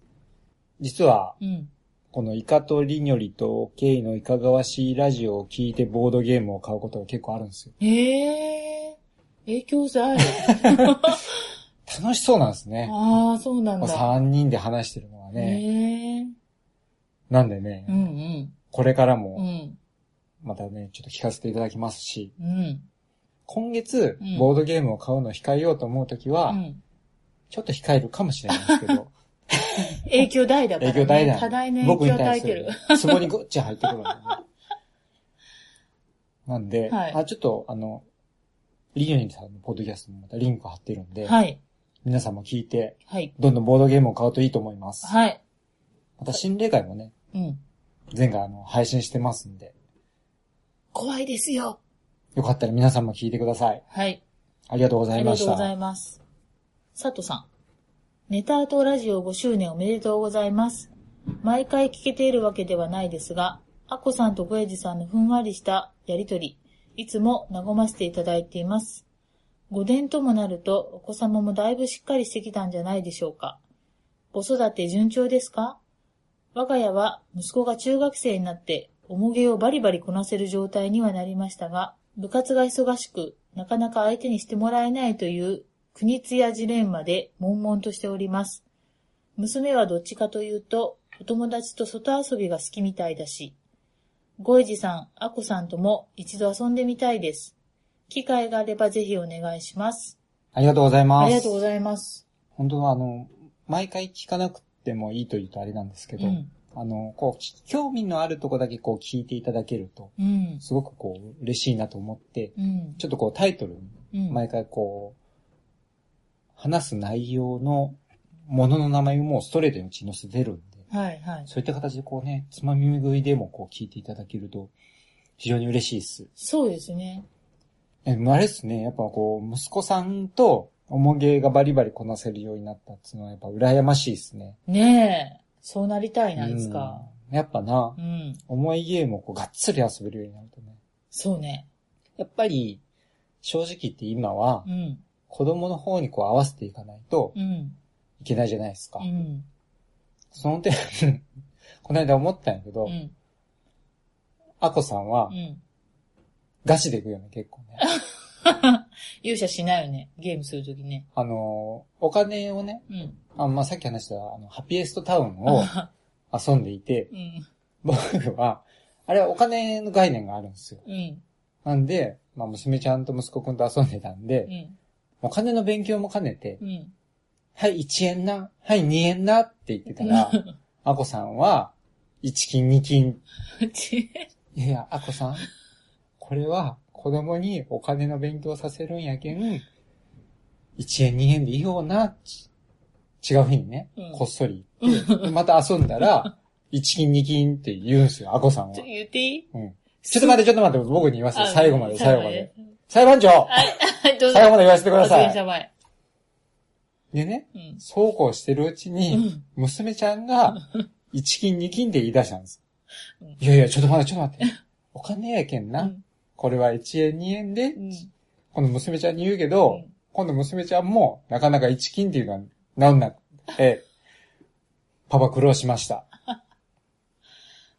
[SPEAKER 1] 実は、
[SPEAKER 2] うん。
[SPEAKER 1] このイカとリニョリとケイのいかがわしいラジオを聞いてボードゲームを買うことが結構あるんですよ。
[SPEAKER 2] へえ。影響性ある。
[SPEAKER 1] 楽しそうなんですね。
[SPEAKER 2] ああ、そうなん
[SPEAKER 1] こう
[SPEAKER 2] だ。
[SPEAKER 1] 3人で話してるのは
[SPEAKER 2] へえ。
[SPEAKER 1] ね。なんでね、
[SPEAKER 2] うんうん。
[SPEAKER 1] これから
[SPEAKER 2] う
[SPEAKER 1] も
[SPEAKER 2] ん。
[SPEAKER 1] またね、ちょっと聞かせていただきますし、
[SPEAKER 2] うん。
[SPEAKER 1] 今月
[SPEAKER 2] うん
[SPEAKER 1] ボードゲームを買うのを控えようと思うときは、
[SPEAKER 2] うん。
[SPEAKER 1] ちょっと控えるかもしれないですけど、
[SPEAKER 2] 影響大だから、
[SPEAKER 1] 影
[SPEAKER 2] ね。
[SPEAKER 1] 響大だ。
[SPEAKER 2] 多大な
[SPEAKER 1] 僕
[SPEAKER 2] 影
[SPEAKER 1] に
[SPEAKER 2] 響を与
[SPEAKER 1] 対
[SPEAKER 2] え
[SPEAKER 1] す
[SPEAKER 2] て
[SPEAKER 1] る
[SPEAKER 2] る。。
[SPEAKER 1] ツボにごっち入ってくるんでね。 なんで、
[SPEAKER 2] はい
[SPEAKER 1] あ、ちょっと、あの、リニューさんのポッドキャストにまたリンク貼ってるんで、
[SPEAKER 2] はい。
[SPEAKER 1] 皆さんも聞いて、
[SPEAKER 2] はい。
[SPEAKER 1] どんどんボードゲームを買うといいと思います。
[SPEAKER 2] はい。
[SPEAKER 1] また心霊会もね、
[SPEAKER 2] うん。
[SPEAKER 1] 前回あの、配信してますんで、
[SPEAKER 2] 怖いですよ。
[SPEAKER 1] よかったら皆さんも聞いてください。
[SPEAKER 2] はい。
[SPEAKER 1] ありがとうござ
[SPEAKER 2] あ
[SPEAKER 1] い
[SPEAKER 2] り
[SPEAKER 1] ま
[SPEAKER 2] がと
[SPEAKER 1] し
[SPEAKER 2] うござ
[SPEAKER 1] た。
[SPEAKER 2] います。佐藤さん。ネタアートラジオ5周年おめでとうございます。毎回聞けているわけではないですが、アッコさんとゴエジさんのふんわりしたやりとり、いつも和ませていただいています。5年ともなると、お子様もだいぶしっかりしてきたんじゃないでしょうか。子育て順調ですか我が家は息子が中学生になって、おもげをバリバリこなせる状態にはなりましたが、部活が忙しく、なかなか相手にしてもらえないという国津やジレンマで悶々としております。娘はどっちかというと、お友達と外遊びが好きみたいだし、ゴイジさん、アコさんとも一度遊んでみたいです。機会があればぜひお願いします。
[SPEAKER 1] ありがとうございます。
[SPEAKER 2] ありがとうございます。
[SPEAKER 1] 本当はあの、毎回聞かなくてもいいというとあれなんですけど、
[SPEAKER 2] うん。
[SPEAKER 1] あの、こうき、興味のあるとこだけこう聞いていただけると、
[SPEAKER 2] うん。
[SPEAKER 1] すごくこう、嬉しいなと思って、
[SPEAKER 2] うん。
[SPEAKER 1] ちょっとこうタイトルに、
[SPEAKER 2] うん。
[SPEAKER 1] 毎回こう、話す内容のものの名前をもうストレートにうちに載せてるんで、
[SPEAKER 2] はいはい。
[SPEAKER 1] そういった形でこうね、つまみ食いでもこう聞いていただけると、非常に嬉しいです。
[SPEAKER 2] そうですね。
[SPEAKER 1] え、でもあれですね、やっぱこう、息子さんと、おもげがバリバリこなせるようになったっていうのはやっぱ羨ましいですね。
[SPEAKER 2] ねえ。そうなりたいな、いつか。
[SPEAKER 1] うん。やっぱな
[SPEAKER 2] う、ん。
[SPEAKER 1] 重いゲームをこうがっつり遊べるようになるとね。
[SPEAKER 2] そうね。
[SPEAKER 1] やっぱり、正直言って今は
[SPEAKER 2] う、ん。
[SPEAKER 1] 子供の方にこう合わせていかないと
[SPEAKER 2] うん。
[SPEAKER 1] いけないじゃないですか。
[SPEAKER 2] うん。
[SPEAKER 1] その点、 この間思ったんやけど、
[SPEAKER 2] うん。
[SPEAKER 1] アコさんは
[SPEAKER 2] うん。
[SPEAKER 1] ガチでいくよね、結構ね。
[SPEAKER 2] 勇者しないよね。ゲームするときね。
[SPEAKER 1] あの、お金をね、
[SPEAKER 2] うん。
[SPEAKER 1] あまあ、さっき話したあのハピエストタウンを遊んでいて、
[SPEAKER 2] うん。
[SPEAKER 1] 僕は、あれはお金の概念があるんですよ。
[SPEAKER 2] うん。
[SPEAKER 1] なんで、まあ、娘ちゃんと息子くんと遊んでたんで、
[SPEAKER 2] うん。
[SPEAKER 1] お金の勉強も兼ねて、
[SPEAKER 2] うん。
[SPEAKER 1] はい、1円な、はい、2円なって言ってたら、アコさんは、1金、2金。
[SPEAKER 2] ち
[SPEAKER 1] いやいや、アコさん、これは、子供にお金の勉強させるんやけん、1円2円でいいような、ち違う日にね、
[SPEAKER 2] うん
[SPEAKER 1] こっそり 行って、また遊んだら、1金2金って言うんすよ、アコさんは。
[SPEAKER 2] ちょ、言っていい
[SPEAKER 1] うん。ちょっと待って、ちょっと待って、僕に言わせて、
[SPEAKER 2] あ
[SPEAKER 1] 最後まで、最後まで。。裁判長
[SPEAKER 2] はい、どうぞ。
[SPEAKER 1] 最後まで言わせてくださ
[SPEAKER 2] 発言者
[SPEAKER 1] い。
[SPEAKER 2] 前。
[SPEAKER 1] でね、
[SPEAKER 2] うん。
[SPEAKER 1] そうこうしてるうち
[SPEAKER 2] う
[SPEAKER 1] に、
[SPEAKER 2] ん
[SPEAKER 1] 娘ちゃんが、1金2金で言い出したんです
[SPEAKER 2] うん。
[SPEAKER 1] いやいや、ちょっと待って、ちょっと待って。お金やけん
[SPEAKER 2] う
[SPEAKER 1] な。
[SPEAKER 2] ん
[SPEAKER 1] これは1円2円で
[SPEAKER 2] う、ん。
[SPEAKER 1] 今度娘ちゃんに言うけ
[SPEAKER 2] う
[SPEAKER 1] ど、
[SPEAKER 2] ん
[SPEAKER 1] 今度娘ちゃんも、なかなか一金っていうのはなんなくて、パパ苦労しました。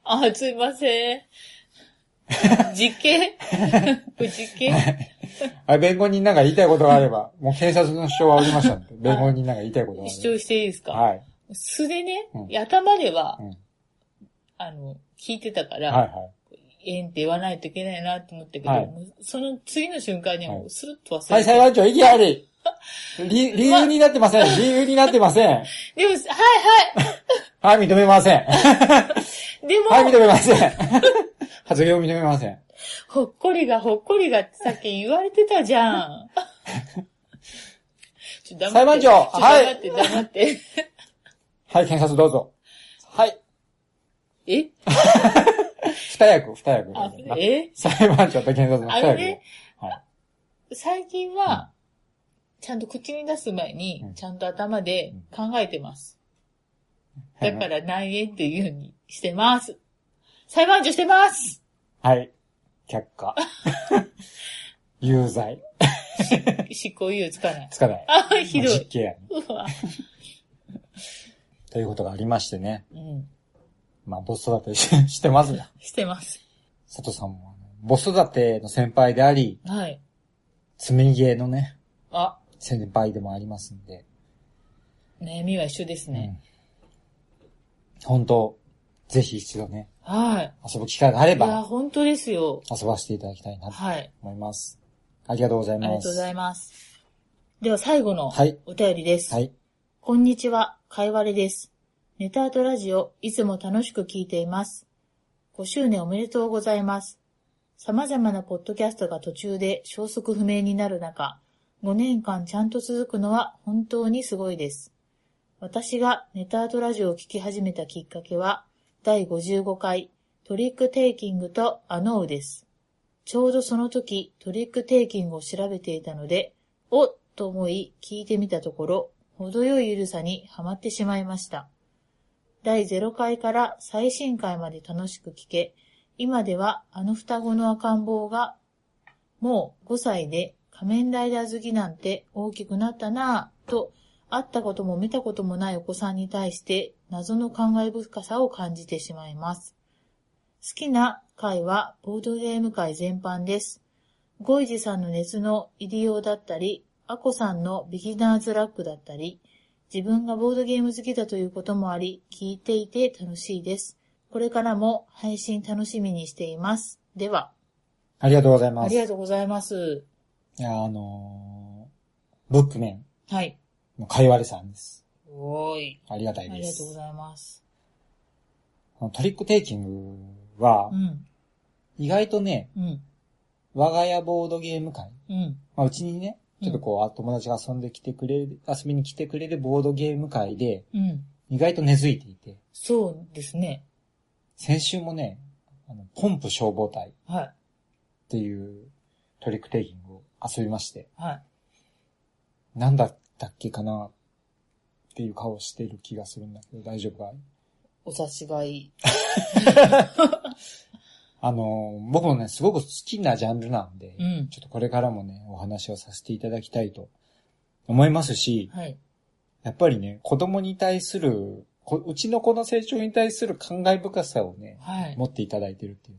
[SPEAKER 2] あ、すいません。実刑不実刑
[SPEAKER 1] あ、弁護人なんか言いたいことがあれば、もう警察の主張はおりまし たんで、弁護人なんか言いたいことがあ
[SPEAKER 2] 主張
[SPEAKER 1] れ
[SPEAKER 2] していいですか
[SPEAKER 1] ば。はい。
[SPEAKER 2] 素でね
[SPEAKER 1] う、ん
[SPEAKER 2] 頭では
[SPEAKER 1] うん、
[SPEAKER 2] あの、聞いてたか
[SPEAKER 1] はいは
[SPEAKER 2] ら、
[SPEAKER 1] い。
[SPEAKER 2] えんって言わないといけないなと思ったけど、
[SPEAKER 1] はい
[SPEAKER 2] もうその次の瞬間にはも
[SPEAKER 1] は
[SPEAKER 2] うスルッと忘
[SPEAKER 1] は
[SPEAKER 2] れ
[SPEAKER 1] い、
[SPEAKER 2] て。
[SPEAKER 1] 裁判長、意義あり 理理由になってません。理由になってません。
[SPEAKER 2] でも、はいは。
[SPEAKER 1] はい、認めません。はい
[SPEAKER 2] でも、
[SPEAKER 1] い、認めません。発言を認めません。
[SPEAKER 2] ほっこりがほっこりがってさっき言われてたじゃ ん。ちょ黙って
[SPEAKER 1] 裁判長
[SPEAKER 2] ちょ
[SPEAKER 1] はい
[SPEAKER 2] 黙って、黙って。
[SPEAKER 1] はい、検察どうぞ。はい、
[SPEAKER 2] え
[SPEAKER 1] 二役、二役。
[SPEAKER 2] あえ
[SPEAKER 1] 裁判長と検察の
[SPEAKER 2] あ
[SPEAKER 1] 二
[SPEAKER 2] れ
[SPEAKER 1] 役。
[SPEAKER 2] ね、
[SPEAKER 1] はい
[SPEAKER 2] 最近は、ちゃんと口に出す前に
[SPEAKER 1] う、ん
[SPEAKER 2] ちゃんと頭で考えてます。
[SPEAKER 1] うん
[SPEAKER 2] だから何円っていうようにしてます。裁判所してます
[SPEAKER 1] はい。却 下。有罪。
[SPEAKER 2] 執行猶予つかない。
[SPEAKER 1] つかない。
[SPEAKER 2] あ、ひど
[SPEAKER 1] まあ実
[SPEAKER 2] い。
[SPEAKER 1] 刑やね。
[SPEAKER 2] うわ。
[SPEAKER 1] ということがありましてね。
[SPEAKER 2] うん。
[SPEAKER 1] まあ、ボス育てししてますよ。
[SPEAKER 2] してます。
[SPEAKER 1] 佐藤さんも、ボス育ての先輩であり、
[SPEAKER 2] はい。
[SPEAKER 1] 積みゲーのね、
[SPEAKER 2] あ、
[SPEAKER 1] 先輩でもありますんで。
[SPEAKER 2] 悩みは一緒ですね。
[SPEAKER 1] うん。本当、ぜひ一度ね、
[SPEAKER 2] はい。
[SPEAKER 1] 遊ぶ機会があれ
[SPEAKER 2] いや、
[SPEAKER 1] ば、
[SPEAKER 2] 本当ですよ。
[SPEAKER 1] 遊ばせていただきたいなと
[SPEAKER 2] はい。
[SPEAKER 1] 思います。ありがとうござい
[SPEAKER 2] あ
[SPEAKER 1] ま
[SPEAKER 2] り
[SPEAKER 1] す。
[SPEAKER 2] がとうございます。では最後の
[SPEAKER 1] はい
[SPEAKER 2] お便りです。
[SPEAKER 1] はい。
[SPEAKER 2] こんにちは、かいわれです。ネタアートラジオ、いつも楽しく聞いています。5周年おめでとうございます。様々なポッドキャストが途中で消息不明になる中、5年間ちゃんと続くのは本当にすごいです。私がネタアートラジオを聞き始めたきっかけは、第55回、トリックテイキングとアノウです。ちょうどその時、トリックテイキングを調べていたので、おっと思い聞いてみたところ、程よい緩さにはまってしまいました。第0回から最新回まで楽しく聞け、今ではあの双子の赤ん坊が、もう5歳で仮面ライダー好きなんて大きくなったなぁと、会ったことも見たこともないお子さんに対して謎の感慨深さを感じてしまいます。好きな回はボードゲーム会全般です。ゴイジさんの熱の入りようだったり、アコさんのビギナーズラックだったり、自分がボードゲーム好きだということもあり、聞いていて楽しいです。これからも配信楽しみにしています。では、
[SPEAKER 1] ありがとうございま
[SPEAKER 2] あ
[SPEAKER 1] す。
[SPEAKER 2] りがとうございます。
[SPEAKER 1] いや、あのー、ブックメン
[SPEAKER 2] はい。
[SPEAKER 1] のかいわれさんです。
[SPEAKER 2] おーい。
[SPEAKER 1] ありがた
[SPEAKER 2] あ
[SPEAKER 1] い
[SPEAKER 2] り
[SPEAKER 1] で
[SPEAKER 2] が
[SPEAKER 1] す。
[SPEAKER 2] とうございます。
[SPEAKER 1] あのトリックテイキングは
[SPEAKER 2] う、ん、
[SPEAKER 1] 意外とね、
[SPEAKER 2] うん、
[SPEAKER 1] 我が家ボードゲーム会、
[SPEAKER 2] うん、
[SPEAKER 1] まあ、うちにね、
[SPEAKER 2] うん
[SPEAKER 1] ちょっとこう、あ友達が遊んできてくれる、遊びに来てくれるボードゲーム会で、
[SPEAKER 2] うん。
[SPEAKER 1] 意外と根付いていて、
[SPEAKER 2] そうですね。
[SPEAKER 1] 先週もね、あの、ポンプ消防隊っ
[SPEAKER 2] は
[SPEAKER 1] ていうトリックテイキングを遊びまして、
[SPEAKER 2] い、はい。
[SPEAKER 1] なんだったっけかなっていう顔してる気がするんだけど、大丈夫かい
[SPEAKER 2] お察しがいい。
[SPEAKER 1] あの、僕もね、すごく好きなジャンルなんで、
[SPEAKER 2] うん。
[SPEAKER 1] ちょっとこれからもね、お話をさせていただきたいと思いますし、
[SPEAKER 2] はい。
[SPEAKER 1] やっぱりね、子供に対する、こうちの子の成長に対する感慨深さをね、
[SPEAKER 2] はい。
[SPEAKER 1] 持っていただいてるっていう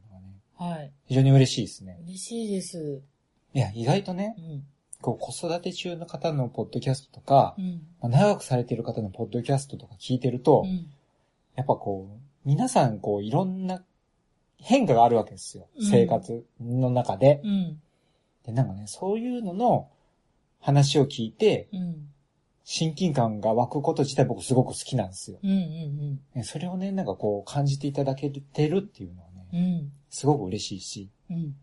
[SPEAKER 1] のがね、
[SPEAKER 2] はい。
[SPEAKER 1] 非常に嬉しいですね。
[SPEAKER 2] 嬉しいです。
[SPEAKER 1] いや、意外とね
[SPEAKER 2] う、ん。
[SPEAKER 1] こう子育て中の方のポッドキャストとか
[SPEAKER 2] う、ん。
[SPEAKER 1] まあ長くされてる方のポッドキャストとか聞いてると、
[SPEAKER 2] うん。
[SPEAKER 1] やっぱこう、皆さんこういろんな変化があるわけですよ。
[SPEAKER 2] うん
[SPEAKER 1] 生活の中で。
[SPEAKER 2] うん。
[SPEAKER 1] で、なんかね、そういうのの話を聞いて、
[SPEAKER 2] うん。
[SPEAKER 1] 親近感が湧くこと自体僕すごく好きなんですよ。
[SPEAKER 2] うん。うん。
[SPEAKER 1] ねそれをね、なんかこう感じていただけてるっていうのは
[SPEAKER 2] う
[SPEAKER 1] ね、
[SPEAKER 2] ん。
[SPEAKER 1] すごく嬉しいし、
[SPEAKER 2] うん。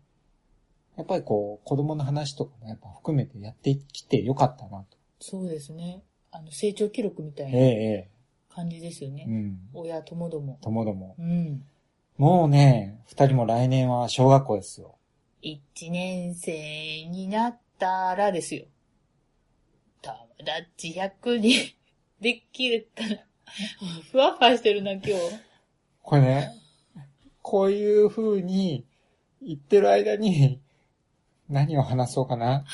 [SPEAKER 1] やっぱりこう、子供の話とかもやっぱ含めてやってきてよかったなと。
[SPEAKER 2] そうですね。あの、成長記録みたい
[SPEAKER 1] ええ
[SPEAKER 2] な
[SPEAKER 1] え
[SPEAKER 2] 感じですよね
[SPEAKER 1] え。。うん。
[SPEAKER 2] 親ともども。
[SPEAKER 1] ともども。
[SPEAKER 2] うん。
[SPEAKER 1] もうね、二人も来年は小学校ですよ。
[SPEAKER 2] 一年生になったらですよ。友達100人できるから。ふわふわしてるな、今日。
[SPEAKER 1] これね、こういう風に言ってる間に何を話そうか な。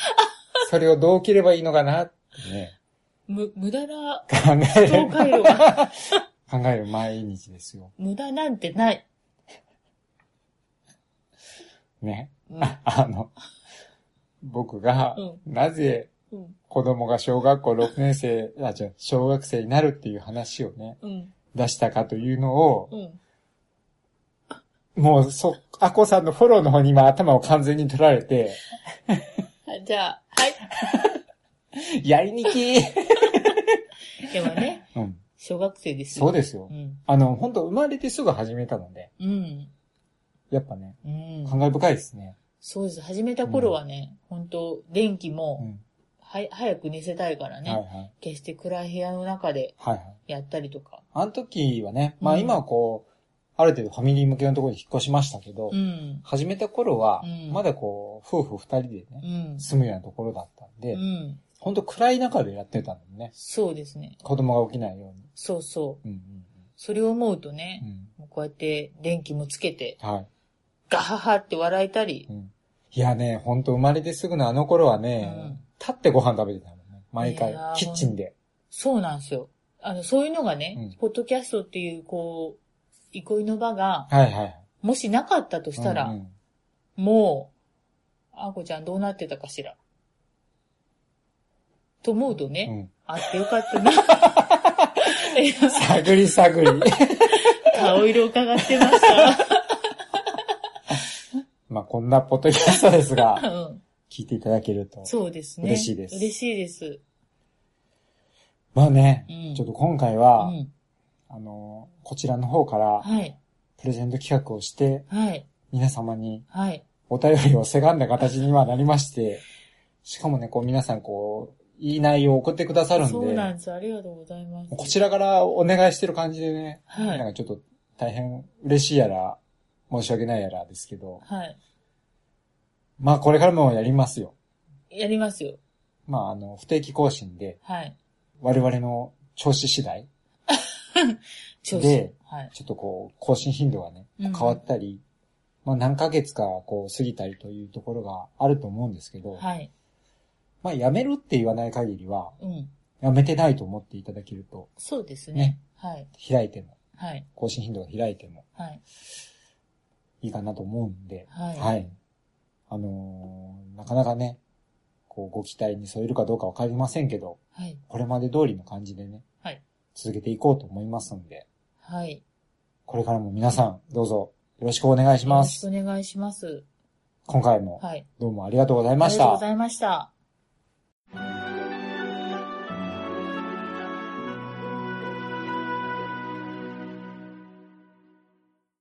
[SPEAKER 1] それをどう切ればいいのかなってね、
[SPEAKER 2] む、無駄な、
[SPEAKER 1] 考え
[SPEAKER 2] 思
[SPEAKER 1] る
[SPEAKER 2] 考。回路が
[SPEAKER 1] 考える毎日ですよ。
[SPEAKER 2] 無駄なんてない。
[SPEAKER 1] ね。
[SPEAKER 2] うん。
[SPEAKER 1] あの、僕が
[SPEAKER 2] うん、
[SPEAKER 1] なぜ
[SPEAKER 2] うん。
[SPEAKER 1] 子供が小学校6年生、あ、違う、小学生になるっていう話をね、
[SPEAKER 2] うん。
[SPEAKER 1] 出したかというのを
[SPEAKER 2] う、ん。
[SPEAKER 1] もう、そ、アコさんのフォローの方に今頭を完全に取られて、
[SPEAKER 2] あじゃあ、はい。
[SPEAKER 1] やりにき
[SPEAKER 2] ではね、
[SPEAKER 1] うん。
[SPEAKER 2] 小学生ですよ。
[SPEAKER 1] そうですよ
[SPEAKER 2] う。ん。
[SPEAKER 1] あの、本当生まれてすぐ始めたので、
[SPEAKER 2] うん。
[SPEAKER 1] やっぱね、
[SPEAKER 2] うん。
[SPEAKER 1] 感慨深いですね。
[SPEAKER 2] そうです。始めた頃はね、本当電気
[SPEAKER 1] う
[SPEAKER 2] も、
[SPEAKER 1] ん。
[SPEAKER 2] は、早く寝せたいから
[SPEAKER 1] はいはい
[SPEAKER 2] ね、。決して暗い部屋の中で
[SPEAKER 1] はいはい。
[SPEAKER 2] やったりとか。
[SPEAKER 1] あの時はね、まあ
[SPEAKER 2] うん
[SPEAKER 1] 今はこう、ある程度ファミリー向けのところに引っ越しましたけど、
[SPEAKER 2] うん。
[SPEAKER 1] 始めた頃は
[SPEAKER 2] うん、
[SPEAKER 1] まだこう、夫婦二人で
[SPEAKER 2] う
[SPEAKER 1] ね、
[SPEAKER 2] ん。
[SPEAKER 1] 住むようなところだったんで
[SPEAKER 2] う、ん。
[SPEAKER 1] 本当暗い中でやってたんだよね。
[SPEAKER 2] そうですね。
[SPEAKER 1] 子供が起きないように。
[SPEAKER 2] そうそう。
[SPEAKER 1] うん
[SPEAKER 2] それを思うと
[SPEAKER 1] うんう
[SPEAKER 2] ね、
[SPEAKER 1] ん。
[SPEAKER 2] もうこうやって電気もつけて、
[SPEAKER 1] うん。はい。
[SPEAKER 2] ガハハって笑えたり
[SPEAKER 1] う、ん。いやね、本当生まれてすぐのあの頃はね、
[SPEAKER 2] うん
[SPEAKER 1] 立ってご飯食べてたもんね。毎
[SPEAKER 2] い
[SPEAKER 1] 回
[SPEAKER 2] やー、
[SPEAKER 1] キッチンで。
[SPEAKER 2] そうなんですよ。あの、そういうのがね、
[SPEAKER 1] うん
[SPEAKER 2] ポッドキャストっていう、こう、憩いの場が、
[SPEAKER 1] はいはいはい。
[SPEAKER 2] もしなかったとしたら、
[SPEAKER 1] うんうん
[SPEAKER 2] もう、あこちゃんどうなってたかしら。と思うとね、
[SPEAKER 1] うん
[SPEAKER 2] あってよか ったな。いや
[SPEAKER 1] 探り 探り。
[SPEAKER 2] 顔色伺ってまし
[SPEAKER 1] まあこんなポッドキャストです
[SPEAKER 2] た。
[SPEAKER 1] が、
[SPEAKER 2] うん、
[SPEAKER 1] 聞いていただけると。
[SPEAKER 2] そうですね。
[SPEAKER 1] 嬉しいです
[SPEAKER 2] 嬉しいです。
[SPEAKER 1] まあね、
[SPEAKER 2] うん
[SPEAKER 1] ちょっと今回
[SPEAKER 2] う
[SPEAKER 1] は、
[SPEAKER 2] ん。
[SPEAKER 1] あの、こちらの方から
[SPEAKER 2] はい。
[SPEAKER 1] プレゼント企画をして、
[SPEAKER 2] はい。
[SPEAKER 1] 皆様に
[SPEAKER 2] はい。
[SPEAKER 1] お便りをせがんだ形にはなりまして、しかもね、こう皆さんこう、いい内容を送ってくださるんで、
[SPEAKER 2] そうなんです。ありがとうございます。
[SPEAKER 1] こちらからお願いしてる感じでね、
[SPEAKER 2] はい
[SPEAKER 1] なんかちょっと大変嬉しいやら、申し訳ないやらですけど、
[SPEAKER 2] はい。
[SPEAKER 1] まあこれからもやりますよ。
[SPEAKER 2] やりますよ。
[SPEAKER 1] まああの、不定期更新で、
[SPEAKER 2] はい。
[SPEAKER 1] 我々の調子次第、
[SPEAKER 2] 調子
[SPEAKER 1] で。
[SPEAKER 2] はい。
[SPEAKER 1] ちょっとこう、更新頻度がね、
[SPEAKER 2] うん
[SPEAKER 1] 変わったり、まあ何ヶ月かこう過ぎたりというところがあると思うんですけど、
[SPEAKER 2] はい。
[SPEAKER 1] まあやめるって言わない限りは、
[SPEAKER 2] うん。
[SPEAKER 1] やめてないと思っていただけると、
[SPEAKER 2] そうですね。
[SPEAKER 1] ね
[SPEAKER 2] はい。
[SPEAKER 1] 開いても、
[SPEAKER 2] はい。
[SPEAKER 1] 更新頻度が開いても
[SPEAKER 2] はい。
[SPEAKER 1] いいかなと思うんで、
[SPEAKER 2] はい
[SPEAKER 1] あのーなかなかね、こうご期待に添えるかどうかわかりませんけど、
[SPEAKER 2] はい。
[SPEAKER 1] これまで通りの感じでね、
[SPEAKER 2] はい
[SPEAKER 1] 続けていこうと思いますんで、
[SPEAKER 2] はい。
[SPEAKER 1] これからも皆さん、どうぞよろしくお願いし
[SPEAKER 2] よろ
[SPEAKER 1] ま
[SPEAKER 2] しく
[SPEAKER 1] す。
[SPEAKER 2] お願いします。
[SPEAKER 1] 今回も
[SPEAKER 2] はい。
[SPEAKER 1] どうもありがとうござい
[SPEAKER 2] あ
[SPEAKER 1] ま
[SPEAKER 2] り
[SPEAKER 1] し
[SPEAKER 2] がとう
[SPEAKER 1] た
[SPEAKER 2] ご。ざいました。